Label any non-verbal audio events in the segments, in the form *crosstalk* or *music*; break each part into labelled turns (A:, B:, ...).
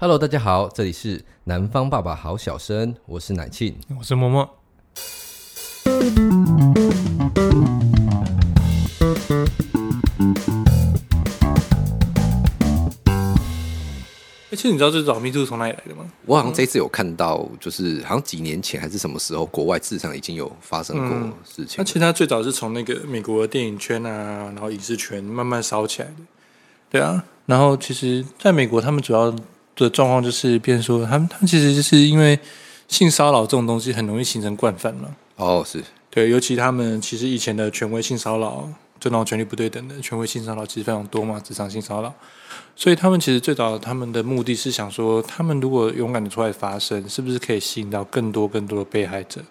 A: Hello，大家好，这里是南方爸爸好小生，我是奶庆。
B: 我是嬷嬷。欸其实你知道最早 Me Too 从哪里来的吗？
A: 我好像这一次有看到，就是好像几年前还是什么时候，国外事实上已经有发生过事情。
B: 那其实它最早是从那个美国的电影圈啊，然后影视圈慢慢烧起来的。对啊，然后其实在美国，他们主要的状况就是，变成说他们他们其实就是因为性骚扰这种东西很容易形成惯犯嘛。
A: 哦，是
B: 对，尤其他们其实以前的权威性骚扰，就那种权力不对等的权威性骚扰，其实非常多嘛，职场性骚扰。所以他们其实最早他们的目的是想说，他们如果勇敢的出来发声，是不是可以吸引到更多更多的被害者，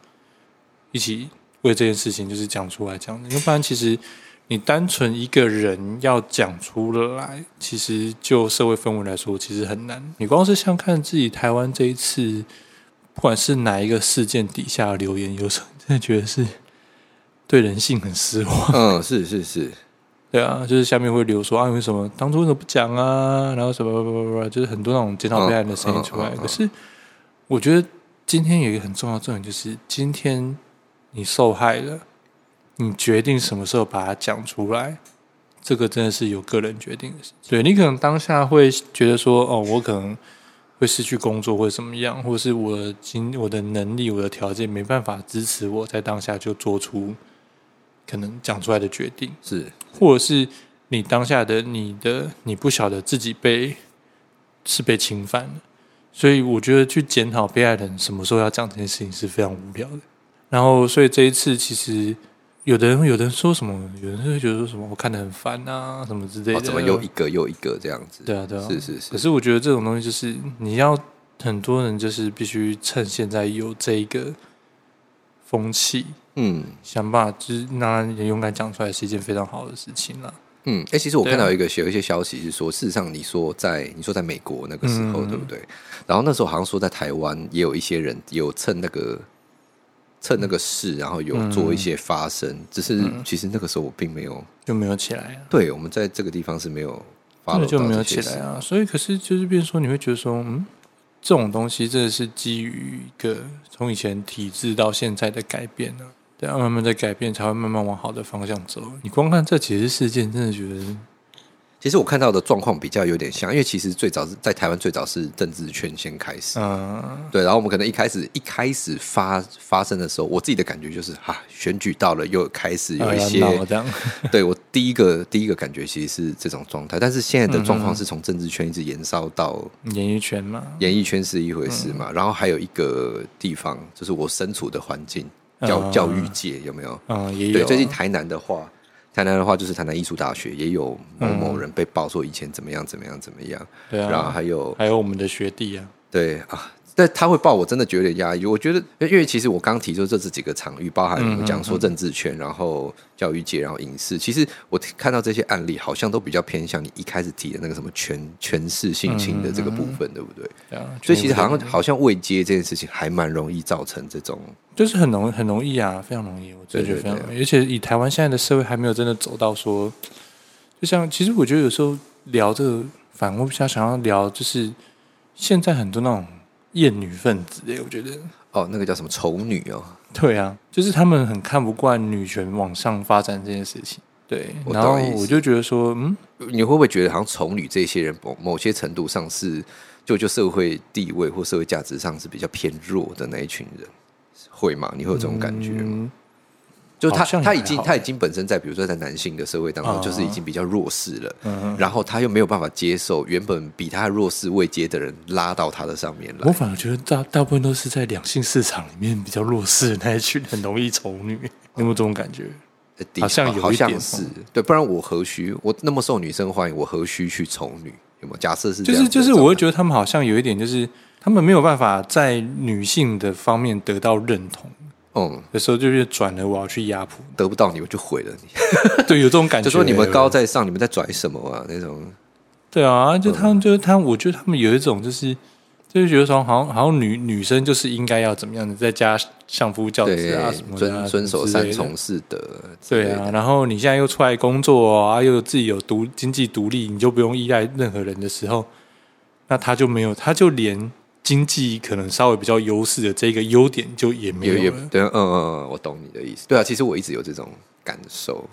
B: 一起为这件事情就是讲出来这样子。要不然其实你单纯一个人要讲出来，其实就社会氛围来说，其实很难。你光是像看自己台湾这一次，不管是哪一个事件底下的留言，有时候真的觉得是对人性很失望。
A: *laughs* 嗯，是是是，
B: 对啊，就是下面会留说啊，为什么当初为什么不讲啊？然后什么什么什么什么，就是很多那种检讨被害人的声音出来。
A: 嗯嗯嗯嗯
B: 可是我觉得今天有一个很重要的重点，就是今天你受害了，你决定什么时候把它讲出来，这个真的是由个人决定的事情。对你可能当下会觉得说，哦，我可能会失去工作，或者怎么样，或者是我的经我的能力、我的条件没办法支持我在当下就做出可能讲出来的决定。
A: 是
B: 或者是你当下的你的你不晓得自己被是被侵犯的，所以我觉得去检讨被害人什么时候要讲这件事情是非常无聊的。然后，所以这一次其实有的人有的人说什么，有人会觉得说什么我看得很烦啊，什么之类的。
A: 哦，怎么又一个又一个这样子？
B: 对啊对啊
A: 是是
B: 可
A: 是，
B: 是我觉得这种东西就是你要很多人就是必须趁现在有这一个风气，
A: 嗯
B: 想办法就是让人勇敢讲出来是一件非常好的事情啦。
A: 嗯。哎、其实我
B: 对啊
A: 看到一个有一些消息是说，事实上你说在你说在美国那个时候、
B: 嗯
A: 对不对？然后那时候好像说在台湾也有一些人有趁那个。趁那个事，然后有做一些发声，只是其实那个时候我并没有
B: 就没有起来啊。
A: 对，我们在这个地方是没有发
B: 真
A: 了，
B: 的就没有起来啊。所以，可是就是变成说，你会觉得说，嗯，这种东西真的是基于一个从以前体制到现在的改变呢、啊，对啊，慢慢在改变，才会慢慢往好的方向走。你光看这几次事件，真的觉得，
A: 其实我看到的状况比较有点像，因为其实最早是在台湾，最早是政治圈先开始，
B: 嗯、
A: 对，然后我们可能一开始一开始发发生的时候，我自己的感觉就是哈、选举到了又开始有一些，
B: 呃哎闹这样，
A: *laughs*
B: *laughs*
A: 对我第一个第一个感觉其实是这种状态，但是现在的状况是从政治圈一直延烧到
B: 演艺圈嘛，
A: 演艺圈是一回事
B: 嗯
A: 嘛，然后还有一个地方就是我身处的环境教、
B: 嗯
A: 教育界有没有？
B: 嗯，也有
A: 对，最近台南的话，台南的话就是台南艺术大学也有某某人被爆说以前怎么样怎么样怎么样，
B: 对
A: 然后
B: 啊，
A: 还有
B: 还有我们的学弟啊，
A: 对啊。但他会爆，我真的觉得有点压抑。我觉得，因为其实我刚提出这几个场域，包含我们讲说政治圈，然后教育界，然后影视。其实我看到这些案例，好像都比较偏向你一开始提的那个什么权权势性侵的这个部分，对不对？
B: 对啊，
A: 所以其实好
B: 全部
A: 像
B: 都
A: 好像未接这件事情，还蛮容易造成这种
B: 就是很容很容易啊，非常容易，我真的觉得非常容易。而且以台湾现在的社会还没有真的走到说，就像其实我觉得有时候聊这个，反而我比较想要聊，就是现在很多那种厌女分子欸，我觉得
A: 哦，那个叫什么丑女哦，
B: 对啊，就是他们很看不惯女权往上发展这件事情。对，
A: 我
B: 然
A: 懂
B: 后
A: 意思
B: 我就觉得说，嗯，
A: 你会不会觉得好像丑女这些人某某些程度上是就就社会地位或社会价值上是比较偏弱的那一群人？会吗？你会有这种感觉吗？
B: 嗯
A: 就他
B: 好像也
A: 他已经
B: 还好啊
A: 他已经本身在比如说在男性的社会当中就是已经比较弱势了，
B: 嗯，
A: 然后他又没有办法接受原本比他弱势位阶的人拉到他的上面
B: 我
A: 来。
B: 反而觉得大大部分都是在两性市场里面比较弱势的那一群，很容易丑女，你有没有这种感觉？
A: 呃的
B: 好像有一
A: 好像
B: 点哦
A: 是对，不然我何须我那么受女生欢迎，我何须去丑女？有没有？假设是这
B: 就
A: 样
B: 是
A: 子
B: 就是，
A: 的状
B: 我会
A: 态
B: 觉得他们好像有一点，就是他们没有办法在女性的方面得到认同，
A: 嗯
B: 有时候就是转了我要去
A: *laughs*
B: 压迫，
A: 得不到你我就毁了你，
B: 对，有这种感觉。
A: 就说你们高在上，你们在拽什么啊？那种
B: 对啊，就他们就是他，我觉得他们有一种就是就是觉得说，好像好像女女生就是应该要怎么样的，在家相夫教子
A: 对
B: 啊什么的啊、
A: 遵遵守
B: 什么之
A: 三
B: 类的
A: 从四德之类
B: 对
A: 的，
B: 啊，然后你现在又出来工作啊，又有自己有独经济独立，你就不用依赖任何人的时候，那他就没有，他就连经济可能稍微比较优势的这个优点就也没
A: 也也
B: 有啊了。
A: 对，嗯嗯嗯，我懂你的意思。对啊，其实我一直有这种感受。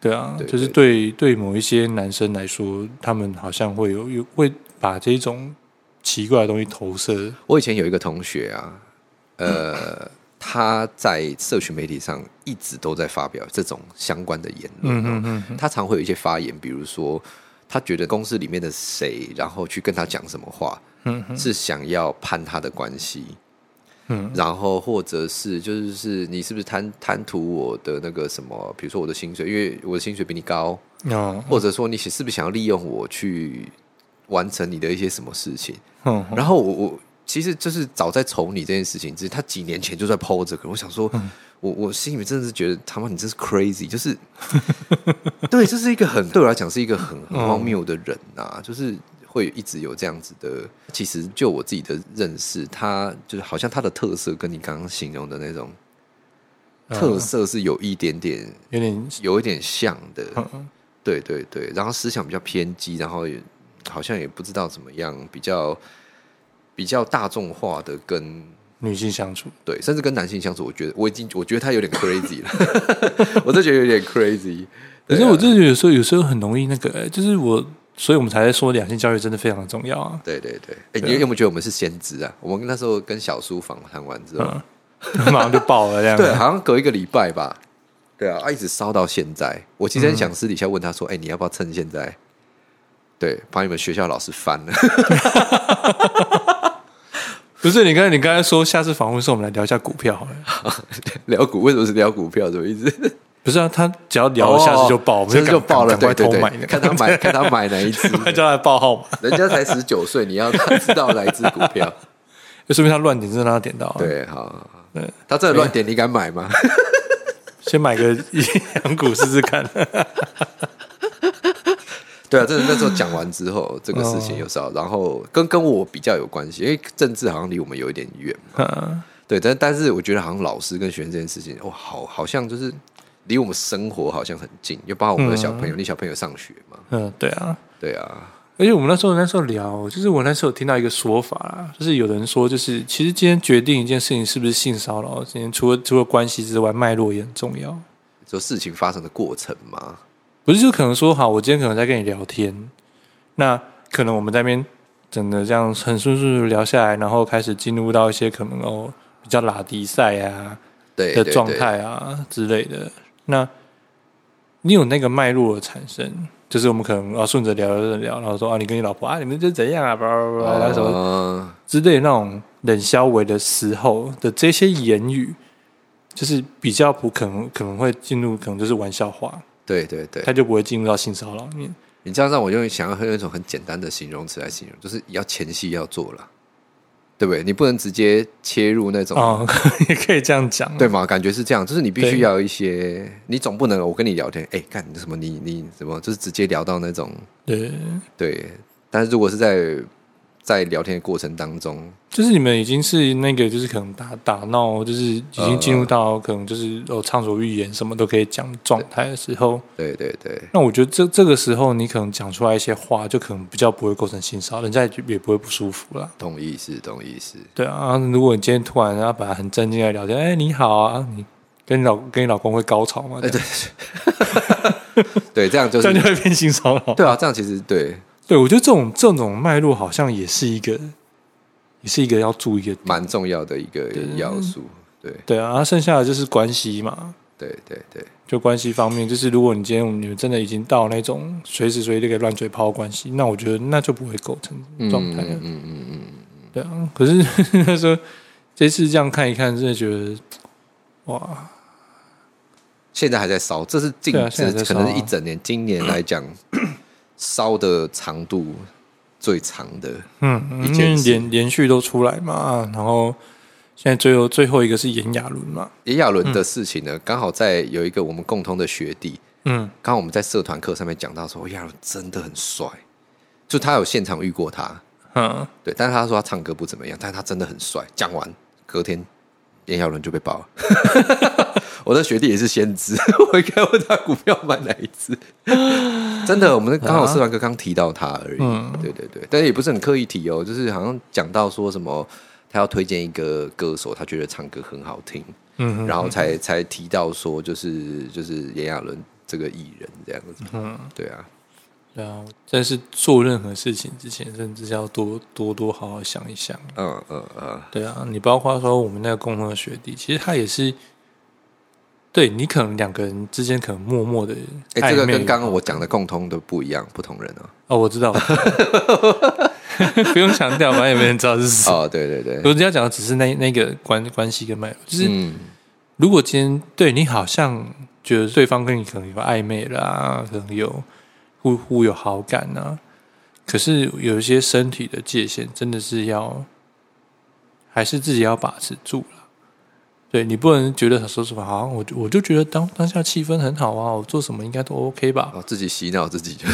B: 对啊，
A: 对
B: 就是对对某一些男生来说，他们好像会有有会把这种奇怪的东西投射。
A: 我以前有一个同学啊，呃，他在社群媒体上一直都在发表这种相关的言论。哦
B: 嗯嗯嗯嗯，
A: 他常会有一些发言，比如说他觉得公司里面的谁，然后去跟他讲什么话，
B: 嗯
A: 是想要攀他的关系，
B: 嗯，
A: 然后或者是就是是你是不是贪贪图我的那个什么，比如说我的薪水，因为我的薪水比你高，
B: 哦，
A: 或者说你是不是想要利用我去完成你的一些什么事情？
B: 嗯
A: 然后我我其实就是早在丑你这件事情之前，他几年前就在剖这个，我想说，我我心里面真的是觉得他妈你真是 crazy，就是 *laughs* 对，这是一个很对我来讲是一个很很荒谬的人啊，就是。会一直有这样子的，其实就我自己的认识，他就是好像他的特色跟你刚刚形容的那种特色是有一点点，
B: 有点，
A: 有一点像的，
B: 嗯嗯
A: 对对对，然后思想比较偏激，然后也好像也不知道怎么样，比较比较大众化的跟
B: 女性相处，
A: 对，甚至跟男性相处，我觉得我已经我觉得他有点 crazy 了， *laughs* 我都觉得有点 crazy。
B: 可是我真的觉得有时候有时候很容易那个、欸就是我，所以我们才在说两性教育真的非常的重要啊。 *laughs*
A: 对对对，哎、你有没有觉得我们是先知啊？我们那时候跟小苏访谈完之后，
B: 嗯，马上就爆了这样。
A: 对，好像隔一个礼拜吧，对啊，啊一直烧到现在。我
B: 嗯
A: 其实很想私底下问他说：“哎、你要不要趁现在，对，把你们学校老师翻了？” *laughs*
B: 不是你刚才你刚才说下次访问的时候我们来聊一下股票好了，
A: 聊股为什么是聊股票？什么意思？
B: 不是啊，他只要聊下次就爆，我们
A: 这
B: 赶
A: 哦就爆了，
B: 赶
A: 对
B: 快
A: 对
B: 偷
A: 对
B: 买，， *laughs*
A: 看他买，看他买哪一只，
B: 赶快叫他报号码，
A: 人家才十九岁，你要他知道哪一只股
B: *laughs*
A: 票，
B: 哦就说明他乱点，真的让他点到、啊。，
A: 对，好好，好
B: 对
A: 他这乱点，你敢买
B: *laughs*
A: 吗？
B: 先买个一两股试试
A: *laughs*
B: 看。
A: 对啊，真的那时候讲完之后，这个事情有
B: 哦
A: 少，然后跟跟我比较有关系，因为政治好像离我们有一点远，
B: 嗯
A: 对，但但是我觉得好像老师跟学生这件事情，哦，好，好像就是离我们生活好像很近，就包括我们的小朋友，你小朋友上学嘛，
B: 嗯，对啊。
A: 对啊，
B: 而且我们那时候那时候聊，就是我那时候有听到一个说法啦，就是有人说，就是其实今天决定一件事情是不是性骚扰，今天除了除了关系之外，脉络也很重要。
A: 说事情发生的过程嘛，
B: 不是就可能说好，我今天可能在跟你聊天，那可能我们在那边真的这样很顺顺的聊下来，然后开始进入到一些可能哦比较拉迪赛啊
A: 对
B: 的
A: 对
B: 状
A: 对
B: 态啊之类的。那你有那个脉络的产生，就是我们可能啊顺着聊着聊，然后说啊你跟你老婆啊你们就怎样啊，叭叭叭叭，然后什么
A: 嗯
B: 之类的那种冷消维的时候的这些言语，就是比较不可能可能会进入可能就是玩笑话。
A: 对对对，
B: 他就不会进入到性骚扰里面。
A: 你这样让我用想要用一种很简单的形容词来形容，就是要前戏要做了，对不对？你不能直接切入那种，
B: 哦， *laughs* 也可以这样讲。
A: 对吗？感觉是这样，就是你必
B: 对
A: 须要有一些，你总不能我跟你聊天，哎，干你什么你你什么，就是直接聊到那种
B: 对，
A: 对。但是如果是在在聊天的过程当中，
B: 就是你们已经是那个，就是可能打打闹，就是已经进入
A: 嗯
B: 到可能就是哦畅所欲言，什么都可以讲状态的时候，
A: 对对对
B: 那我觉得这这个时候你可能讲出来一些话，就可能比较不会构成性骚扰，人家也就也不会不舒服啦。
A: 懂意思，懂意思。
B: 对啊，如果你今天突然要把很正经的聊天，哎，你好啊，你跟你老跟你老公会高潮吗？
A: 哎，
B: 这
A: 对对，
B: 样，
A: 这样就
B: 这
A: 是
B: 样就会变性骚扰。
A: 对啊，这样其实对
B: 对，我觉得这种这种脉络好像也是一个，也是一个要注意的点
A: 蛮重要的一个要素。对
B: 对啊，然后剩下的就是关系嘛，
A: 对对对，就
B: 就关系方面，就是如果你今天你们真的已经到那种随时随地可以乱嘴炮的关系，那我觉得那就不会构成状态啊
A: 嗯
B: 了。
A: 嗯嗯嗯。
B: 对啊，可是 *laughs* 那时候这次这样看一看，真的觉得哇，
A: 现在还在烧，这是近
B: 对啊现在
A: 这
B: 还在
A: 可
B: 烧啊
A: 能是一整年，今年来
B: *clears throat*
A: 讲烧的长度最长的。
B: 嗯，
A: 一
B: 因
A: 件
B: 为
A: 事
B: 连连续都出来嘛，啊然后现在最后最后一个是炎亚纶嘛，
A: 炎亚纶的事情呢，刚、好在有一个我们共同的学弟，
B: 嗯
A: 刚好我们在社团课上面讲到说，炎亚纶真的很帅，就他有现场遇过他，
B: 嗯，
A: 对，但是他说他唱歌不怎么样，但是他真的很帅。讲完隔天，炎亚纶就被爆了。 *laughs* 我的学弟也是先知， *laughs* 我应该问他股票买哪一只。 *laughs* 真的，我们刚好社团哥刚提到他而已。
B: 啊嗯
A: 对对对，但是也不是很刻意提哦，就是好像讲到说什么，他要推荐一个歌手，他觉得唱歌很好听，
B: 嗯哼，
A: 然后才才提到说，就是就是炎亚纶这个艺人这样子。嗯，对啊，
B: 对啊，但是做任何事情之前，甚至是要多多多好好想一想。
A: 嗯嗯嗯，
B: 对啊，你包括说我们那个共同的学弟，其实他也是，对你可能两个人之间可能默默的
A: 哎、
B: 暧昧。
A: 这个跟刚刚我讲的共通的不一样，不同人啊。
B: 哦，
A: *laughs*
B: 我知道，不用强调，反正也没人知道是谁。
A: 哦，对对对，
B: 我只要讲的只是那那个关关系跟脉络，就是
A: 嗯，
B: 如果今天对你好像觉得对方跟你可能有暧昧啦、可能有互互有好感啊，可是有一些身体的界限真的是要，还是自己要把持住了。对你不能觉得说什么，好像我就我就觉得当当下气氛很好啊，我做什么应该都 OK 吧。
A: 哦，自己洗脑自己就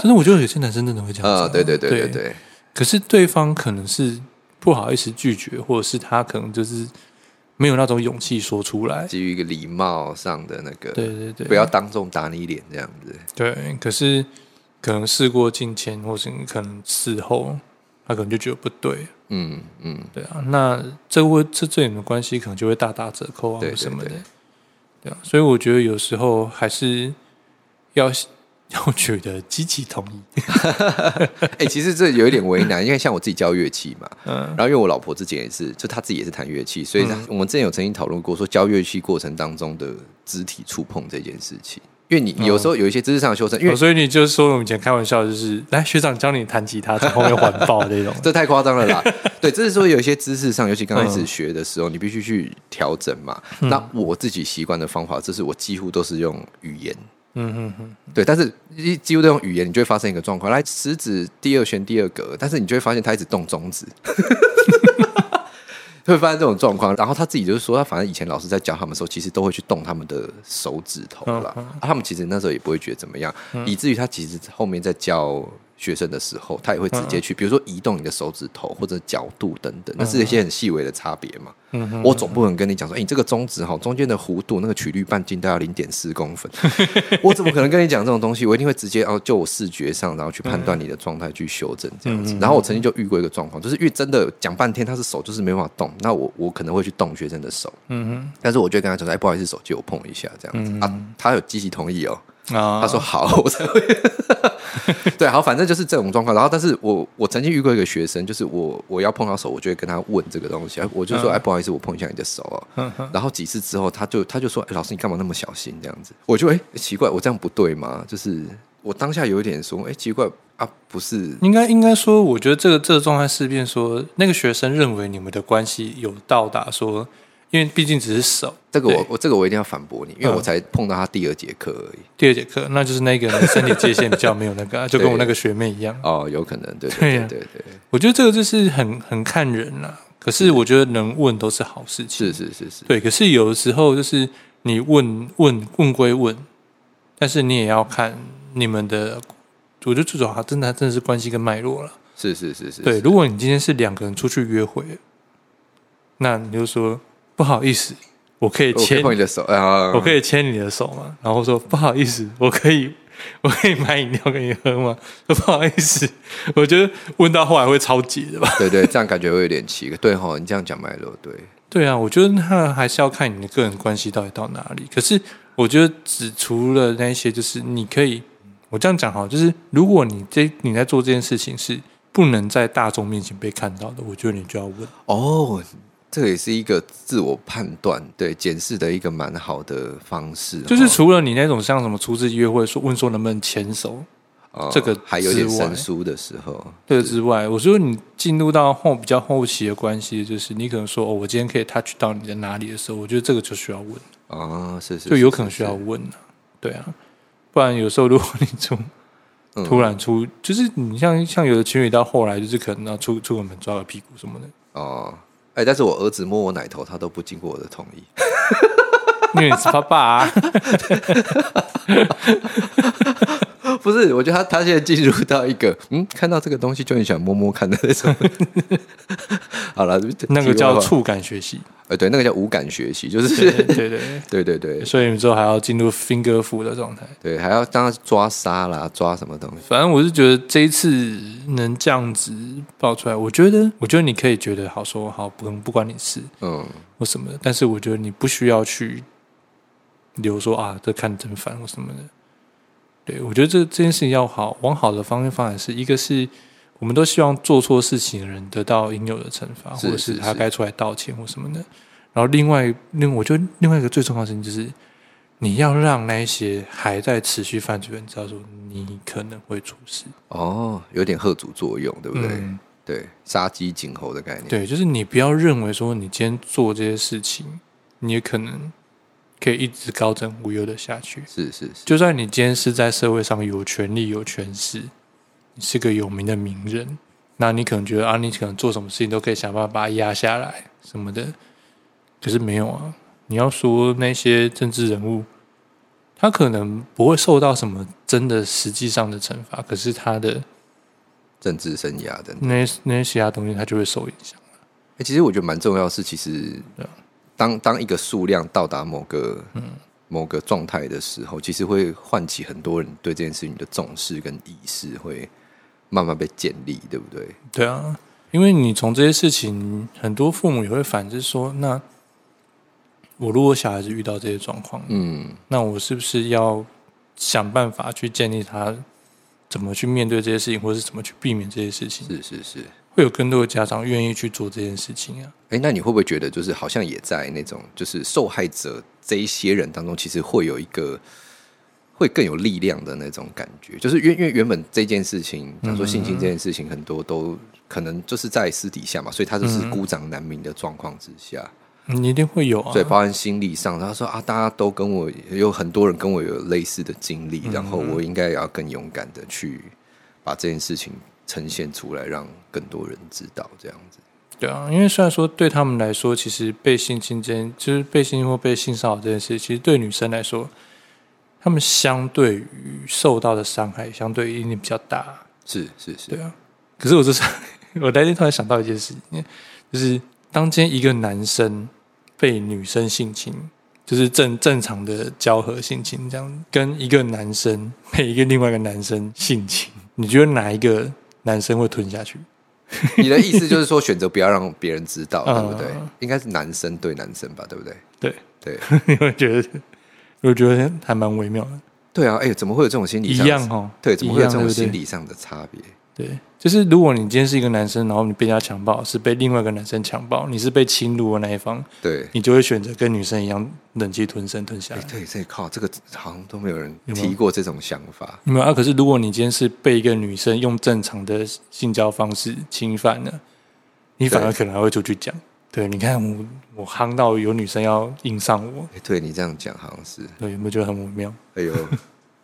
B: 真的，我觉得有些男生真的会这样子、
A: 啊、对对对
B: 对
A: 对对，
B: 可是对方可能是不好意思拒绝，或者是他可能就是没有那种勇气说出来。
A: 基于一个礼貌上的那个，
B: 对对对，
A: 不要当众打你脸这样子。
B: 对，可是可能事过境迁，或是可能事后，他可能就觉得不对，
A: 嗯嗯，
B: 对啊，那这会这对你们关系可能就会大打折扣啊
A: 对对
B: 什么的，
A: 对
B: 对啊，所以我觉得有时候还是要要觉得积极同意，
A: *laughs* 哎、其实这有一点为难，因为像我自己教乐器嘛，
B: 嗯
A: 然后因为我老婆之前也是，就她自己也是弹乐器，所以她我们之前有曾经讨论过说教乐器过程当中的肢体触碰这件事情，因为你你有时候有一些知识上的修正，因为，
B: 哦所以你就说我们以前开玩笑就是来学长教你弹吉他，从后面环抱那种
A: *laughs* 这太夸张了
B: *laughs*
A: 啦！对，这是说有一些知识上，尤其刚开
B: 嗯
A: 始学的时候，你必须去调整嘛。那我自己习惯的方法，就是我几乎都是用语言，
B: 嗯嗯嗯，
A: 对，但是一几乎都用语言，你就会发生一个状况，来食指第二弦第二格，但是你就会发现他一直动中指。会发生这种状况，然后他自己就是说，他反正以前老师在教他们的时候，其实都会去动他们的手指头啦。啊他们其实那时候也不会觉得怎么样，以至于他其实后面在教学生的时候，他也会直接去，比如说移动你的手指头或者角度等等，那是一些很细微的差别嘛。我总不能跟你讲说，哎、你这个中指哈中间的弧度那个曲率半径大概零点四公分， *laughs* 我怎么可能跟你讲这种东西？我一定会直接哦，就我视觉上，然后去判断你的状态去修正这样子。然后我曾经就遇过一个状况，就是因为真的讲半天，他是手就是没办法动，那我我可能会去动学生的手，嗯但是我就跟他讲说，哎，不好意思，手借我碰一下这样子、啊，他有积极同意哦，
B: 啊，
A: 他说好，我才
B: *laughs*
A: 会。对，好，反正就是这种状况。然后，但是我我曾经遇过一个学生，就是我我要碰到手，我就会跟他问这个东西，我就
B: 嗯
A: 说，哎、不好意思，我碰一下你的手哦。然后几次之后，他就他就说，哎，老师你干嘛那么小心这样子？我就哎奇怪，我这样不对吗？就是我当下有一点说，哎奇怪啊，不是
B: 应该应该说，我觉得这个这个状态是变说，那个学生认为你们的关系有到达说，因为毕竟只是手。
A: 这个我
B: 对
A: 我这个我一定要反驳你，因为
B: 嗯
A: 我才碰到他第二节课而已。
B: 第二节课，那就
A: *laughs*
B: 是那个人身体界限比较没有那个啊、就跟我那个学妹一样。
A: 哦，有可能，对
B: 对
A: 对
B: 呀
A: 对对对，
B: 我觉得这个就是很很看人啦、可是我觉得能问都是好事情。
A: 是是是是，
B: 对，可是有的时候就是你问问问归问，但是你也要看你们的，我觉得这种啊，真的真的是关系跟脉络了。
A: 是是是是，
B: 对，如果你今天是两个人出去约会，那你就说不好意思，我可以
A: 我哦可以
B: 牵，
A: 碰你的手啊，
B: 我可以牵你的手吗？然后说不好意思，我可以，我可以买饮料给你喝吗？说不好意思，我觉得问到后来会超级的吧？
A: 对对，这样感觉会有点奇怪。对哈，你这样讲脉络对。
B: 对啊，我觉得那还是要看你的个人关系到底到哪里。可是我觉得只除了那些，就是你可以，我这样讲好，就是如果你这你在做这件事情是不能在大众面前被看到的，我觉得你就要问。
A: 哦，这个也是一个自我判断、对检视的一个蛮好的方式哦，
B: 就是除了你那种像什么初次约会说问说能不能牵手
A: 哦
B: 这个
A: 还有点
B: 之外
A: 生疏的时候，
B: 这个之外，我说你进入到后比较后期的关系，就是你可能说哦，我今天可以 touch 到你的哪里的时候，我觉得这个就需要问，
A: 哦，是是，
B: 就是有可能
A: 是
B: 需要问啊，对啊，不然有时候如果你出
A: 嗯
B: 突然出，就是你像像有的情侣到后来就是可能要出出个门抓个屁股什么的，
A: 哦。哎、但是我儿子摸我奶头，他都不经过我的同意。 *laughs*
B: 因为你是他爸啊，
A: 不是，我觉得他他现在进入到一个嗯，看到这个东西就很想摸摸看的那种。 *laughs* 好了，
B: 那个
A: 题外
B: 叫
A: 话，
B: 触感学习。
A: 呃，对，那个叫无感学习，就
B: 对
A: 是
B: 对对，
A: *laughs* 对对对
B: 所以你之后还要进入 finger food 的状态。
A: 对，还要当他抓沙啦，抓什么东西？
B: 反正我是觉得这一次能这样子爆出来，我觉得，我觉得你可以觉得好说好，不不关你事
A: 嗯，
B: 或什么的，但是我觉得你不需要去留说啊，这看真烦或什么的。对，我觉得这这件事情要好往好的方面发展是，一个是我们都希望做错事情的人得到应有的惩罚，
A: 是
B: 或者是
A: 是
B: 他
A: 是
B: 该出来道歉或什么的。然后另外，另我觉得另外一个最重要的事情就是，你要让那一些还在持续犯罪的人知道说你可能会出事，
A: 哦，有点贺主作用，对不对？
B: 嗯
A: 对，杀鸡儆猴的概念。
B: 对，就是你不要认为说你今天做这些事情，你也可能可以一直高枕无忧的下去。
A: 是是是，
B: 就算你今天是在社会上有权利、有权势，你是个有名的名人，那你可能觉得啊，你可能做什么事情都可以想办法把它压下来什么的，可是没有啊。你要说那些政治人物，他可能不会受到什么真的实际上的惩罚，可是他的
A: 政治生涯等等。
B: 那些那些其他东西，他就会受影响。
A: 欸其实我觉得蛮重要的是，其实
B: 对嗯啊
A: 当当一个数量到达某个某个状态的时候，其实会唤起很多人对这件事情的重视跟意识，会慢慢被建立，对不对？
B: 对啊，因为你从这些事情，很多父母也会反思说：那我如果小孩子遇到这些状况，
A: 嗯，
B: 那我是不是要想办法去建立他怎么去面对这些事情，或是怎么去避免这些事情？
A: 是是是。
B: 会有更多的家长愿意去做这件事情啊。
A: 哎、那你会不会觉得，就是好像也在那种就是受害者这一些人当中，其实会有一个会更有力量的那种感觉？就是因为因为原本这件事情，讲说性侵
B: 嗯
A: 这件事情，很多都可能就是在私底下嘛，所以他就是
B: 嗯
A: 孤掌难鸣的状况之下。
B: 你一定会有啊，
A: 对，包含心理上，他说啊，大家都跟我有很多人跟我有类似的经历，然
B: 嗯
A: 后我应该也要更勇敢的去把这件事情呈现出来，让更多人知道这样子。
B: 对啊，因为虽然说对他们来说，其实被性侵这件，就是被性侵或被性骚扰这件事，其实对女生来说，她们相对于受到的伤害，相对一定比较大、
A: 是是是
B: 对，啊，可是我这是 *laughs* 我那天突然想到一件事情，就是当今天一个男生被女生性侵，就是正正常的交合性侵这样，跟一个男生 *laughs* 被一个另外一个男生性侵，你觉得哪一个男生会吞下去？ *laughs*
A: 你的意思就是说选择不要让别人知道，对不对
B: 嗯？
A: 应该是男生对男生吧，对不对？
B: 对，
A: 对
B: 你会觉得，我觉得还蛮微妙的，
A: 对啊，哎、怎么会有这种心理
B: 一
A: 上的
B: 样哦，
A: 对，怎么会有
B: 一
A: 这种
B: 样对不对
A: 心理上的差别？
B: 对，就是如果你今天是一个男生，然后你被人家强暴，是被另外一个男生强暴，你是被侵入的那一方，
A: 对，
B: 你就会选择跟女生一样忍气吞声吞下
A: 哎、
B: 来。
A: 对，这靠，这个好像都没有人
B: 有没有
A: 提过这种想法。
B: 没有啊，可是如果你今天是被一个女生用正常的性交方式侵犯了，你反而可能还会出去讲。对，你看我我夯到有女生要硬上我，
A: 哎、对你这样讲好像是，
B: 对，有没有觉得很微妙？
A: 哎呦，哎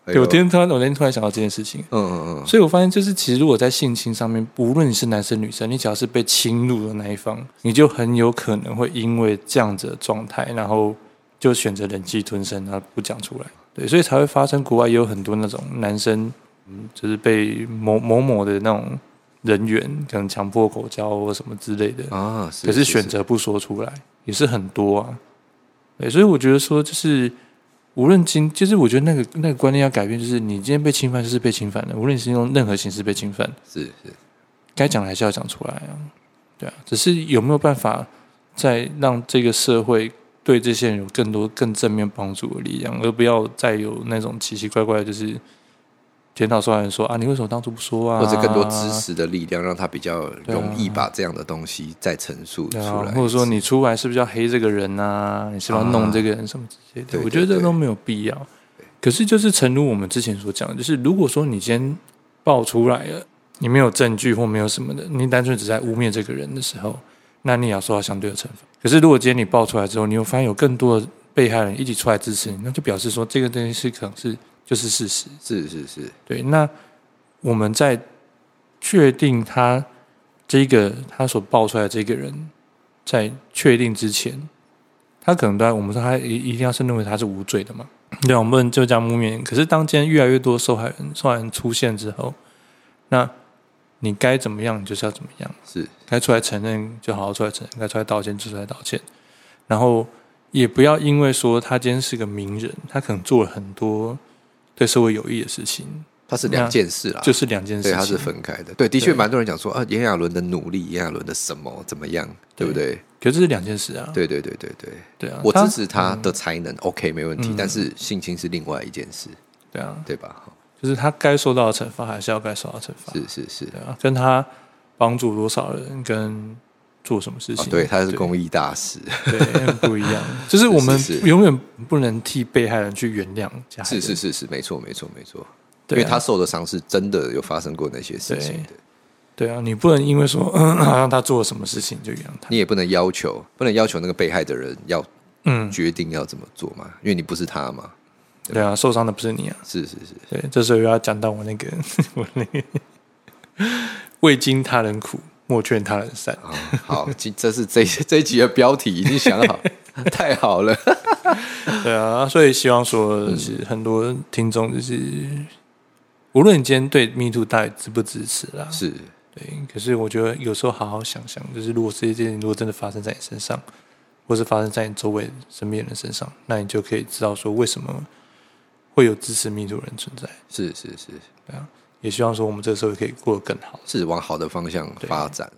B: 对，
A: 呦
B: 我今天突然我那天突然想到这件事情，
A: 嗯嗯嗯，
B: 所以我发现就是其实如果在性侵上面，无论你是男生女生，你只要是被侵入的那一方，你就很有可能会因为这样子的状态，然后就选择忍气吞声，然后不讲出来。对，所以才会发生国外也有很多那种男生，嗯就是被某某某的那种人员可能强迫口交或什么之类的，
A: 啊，是
B: 可是选择不说出来也是很多啊。对，所以我觉得说就是。无论今，就是我觉得那个那个观念要改变，就是你今天被侵犯就是被侵犯的，无论你是用任何形式被侵犯，
A: 是是
B: 该讲的还是要讲出来啊。对啊，只是有没有办法再让这个社会对这些人有更多更正面帮助的力量，而不要再有那种奇奇怪怪的，就是检讨受害人说啊，你为什么当初不说啊？
A: 或者更多支持的力量，让他比较
B: 对啊
A: 容易把这样的东西再陈述出
B: 对啊
A: 来，，
B: 或者说你出来是不是要黑这个人啊？你是不是要弄这个人什么之类
A: 对
B: 的？
A: 对
B: 我觉得这都没有必要。可是就是诚如我们之前所讲的，就是如果说你今天爆出来了，你没有证据或没有什么的，你单纯只在污蔑这个人的时候，那你也要受到相对的惩罚。可是如果今天你爆出来之后，你又发现有更多的被害人一起出来支持你，那就表示说这个东西是可能是就是事实。
A: 是是是，
B: 对，那我们在确定他这个他所爆出来的这个人，在确定之前，他可能都在我们说他一一定要是认为他是无罪的嘛，对啊，我们就这样污蔑。可是当今天越来越多受害人受害人出现之后，那你该怎么样，你就是要怎么样。
A: 是
B: 该出来承认就好好出来承认，该出来道歉就出来道歉，然后也不要因为说他今天是个名人，他可能做了很多对社会有益的事情，
A: 它是两件事啦，
B: 就是两件事
A: 啊对，
B: 情，
A: 它是分开的。对，的确
B: 对
A: 蛮多人讲说啊，炎亚纶的努力，炎亚纶的什么怎么样，对不对？
B: 可是这是两件事啊，
A: 对对对对对，
B: 对啊，嗯
A: 我
B: 他
A: 支持他的才能，OK，没问题。但是性侵是另外一件事，
B: 对啊，
A: 对吧？好
B: 就是他该受到的惩罚还是要该受到的惩罚，
A: 是是哦是，
B: 对啊，跟他帮助多少人跟做什么事
A: 啊
B: 情，
A: 对，他是公益大使，
B: *laughs* 对不一
A: *laughs*
B: 样，就是我们
A: 是是
B: 永远不能替被害人去原谅加害
A: 是
B: 人，
A: 是是是，没错没错没错，因
B: 对啊
A: 为他受的伤是真的有发生过那些事情的，
B: 对啊，你不能因为说 *laughs* 好像他做了什么事情就原谅他，
A: 你也不能要求，不能要求那个被害的人要
B: 嗯。
A: 决定要怎么做嘛，因为你不是他嘛。
B: 对啊，受伤的不是你啊。
A: 是是是，
B: 对，这时候又要讲到我那个 *laughs* 我那个未经他人苦，莫劝他人善。
A: 啊，好，这这是这这一集的标题已经想
B: *laughs*
A: 好，太好了。
B: 对啊，所以希望说，其实很多听众就是，无论你今天对 Me Too 到底支不支持啦，
A: 是
B: 对，可是我觉得有时候好好想想，就是如果这些事情如果真的发生在你身上，或是发生在你周围身边的人身上，那你就可以知道说为什么会有支持 Me Too 的人存在。
A: 是是是
B: 对啊，也希望说我们这个社会可以过得更好。
A: 是往好的方向发展。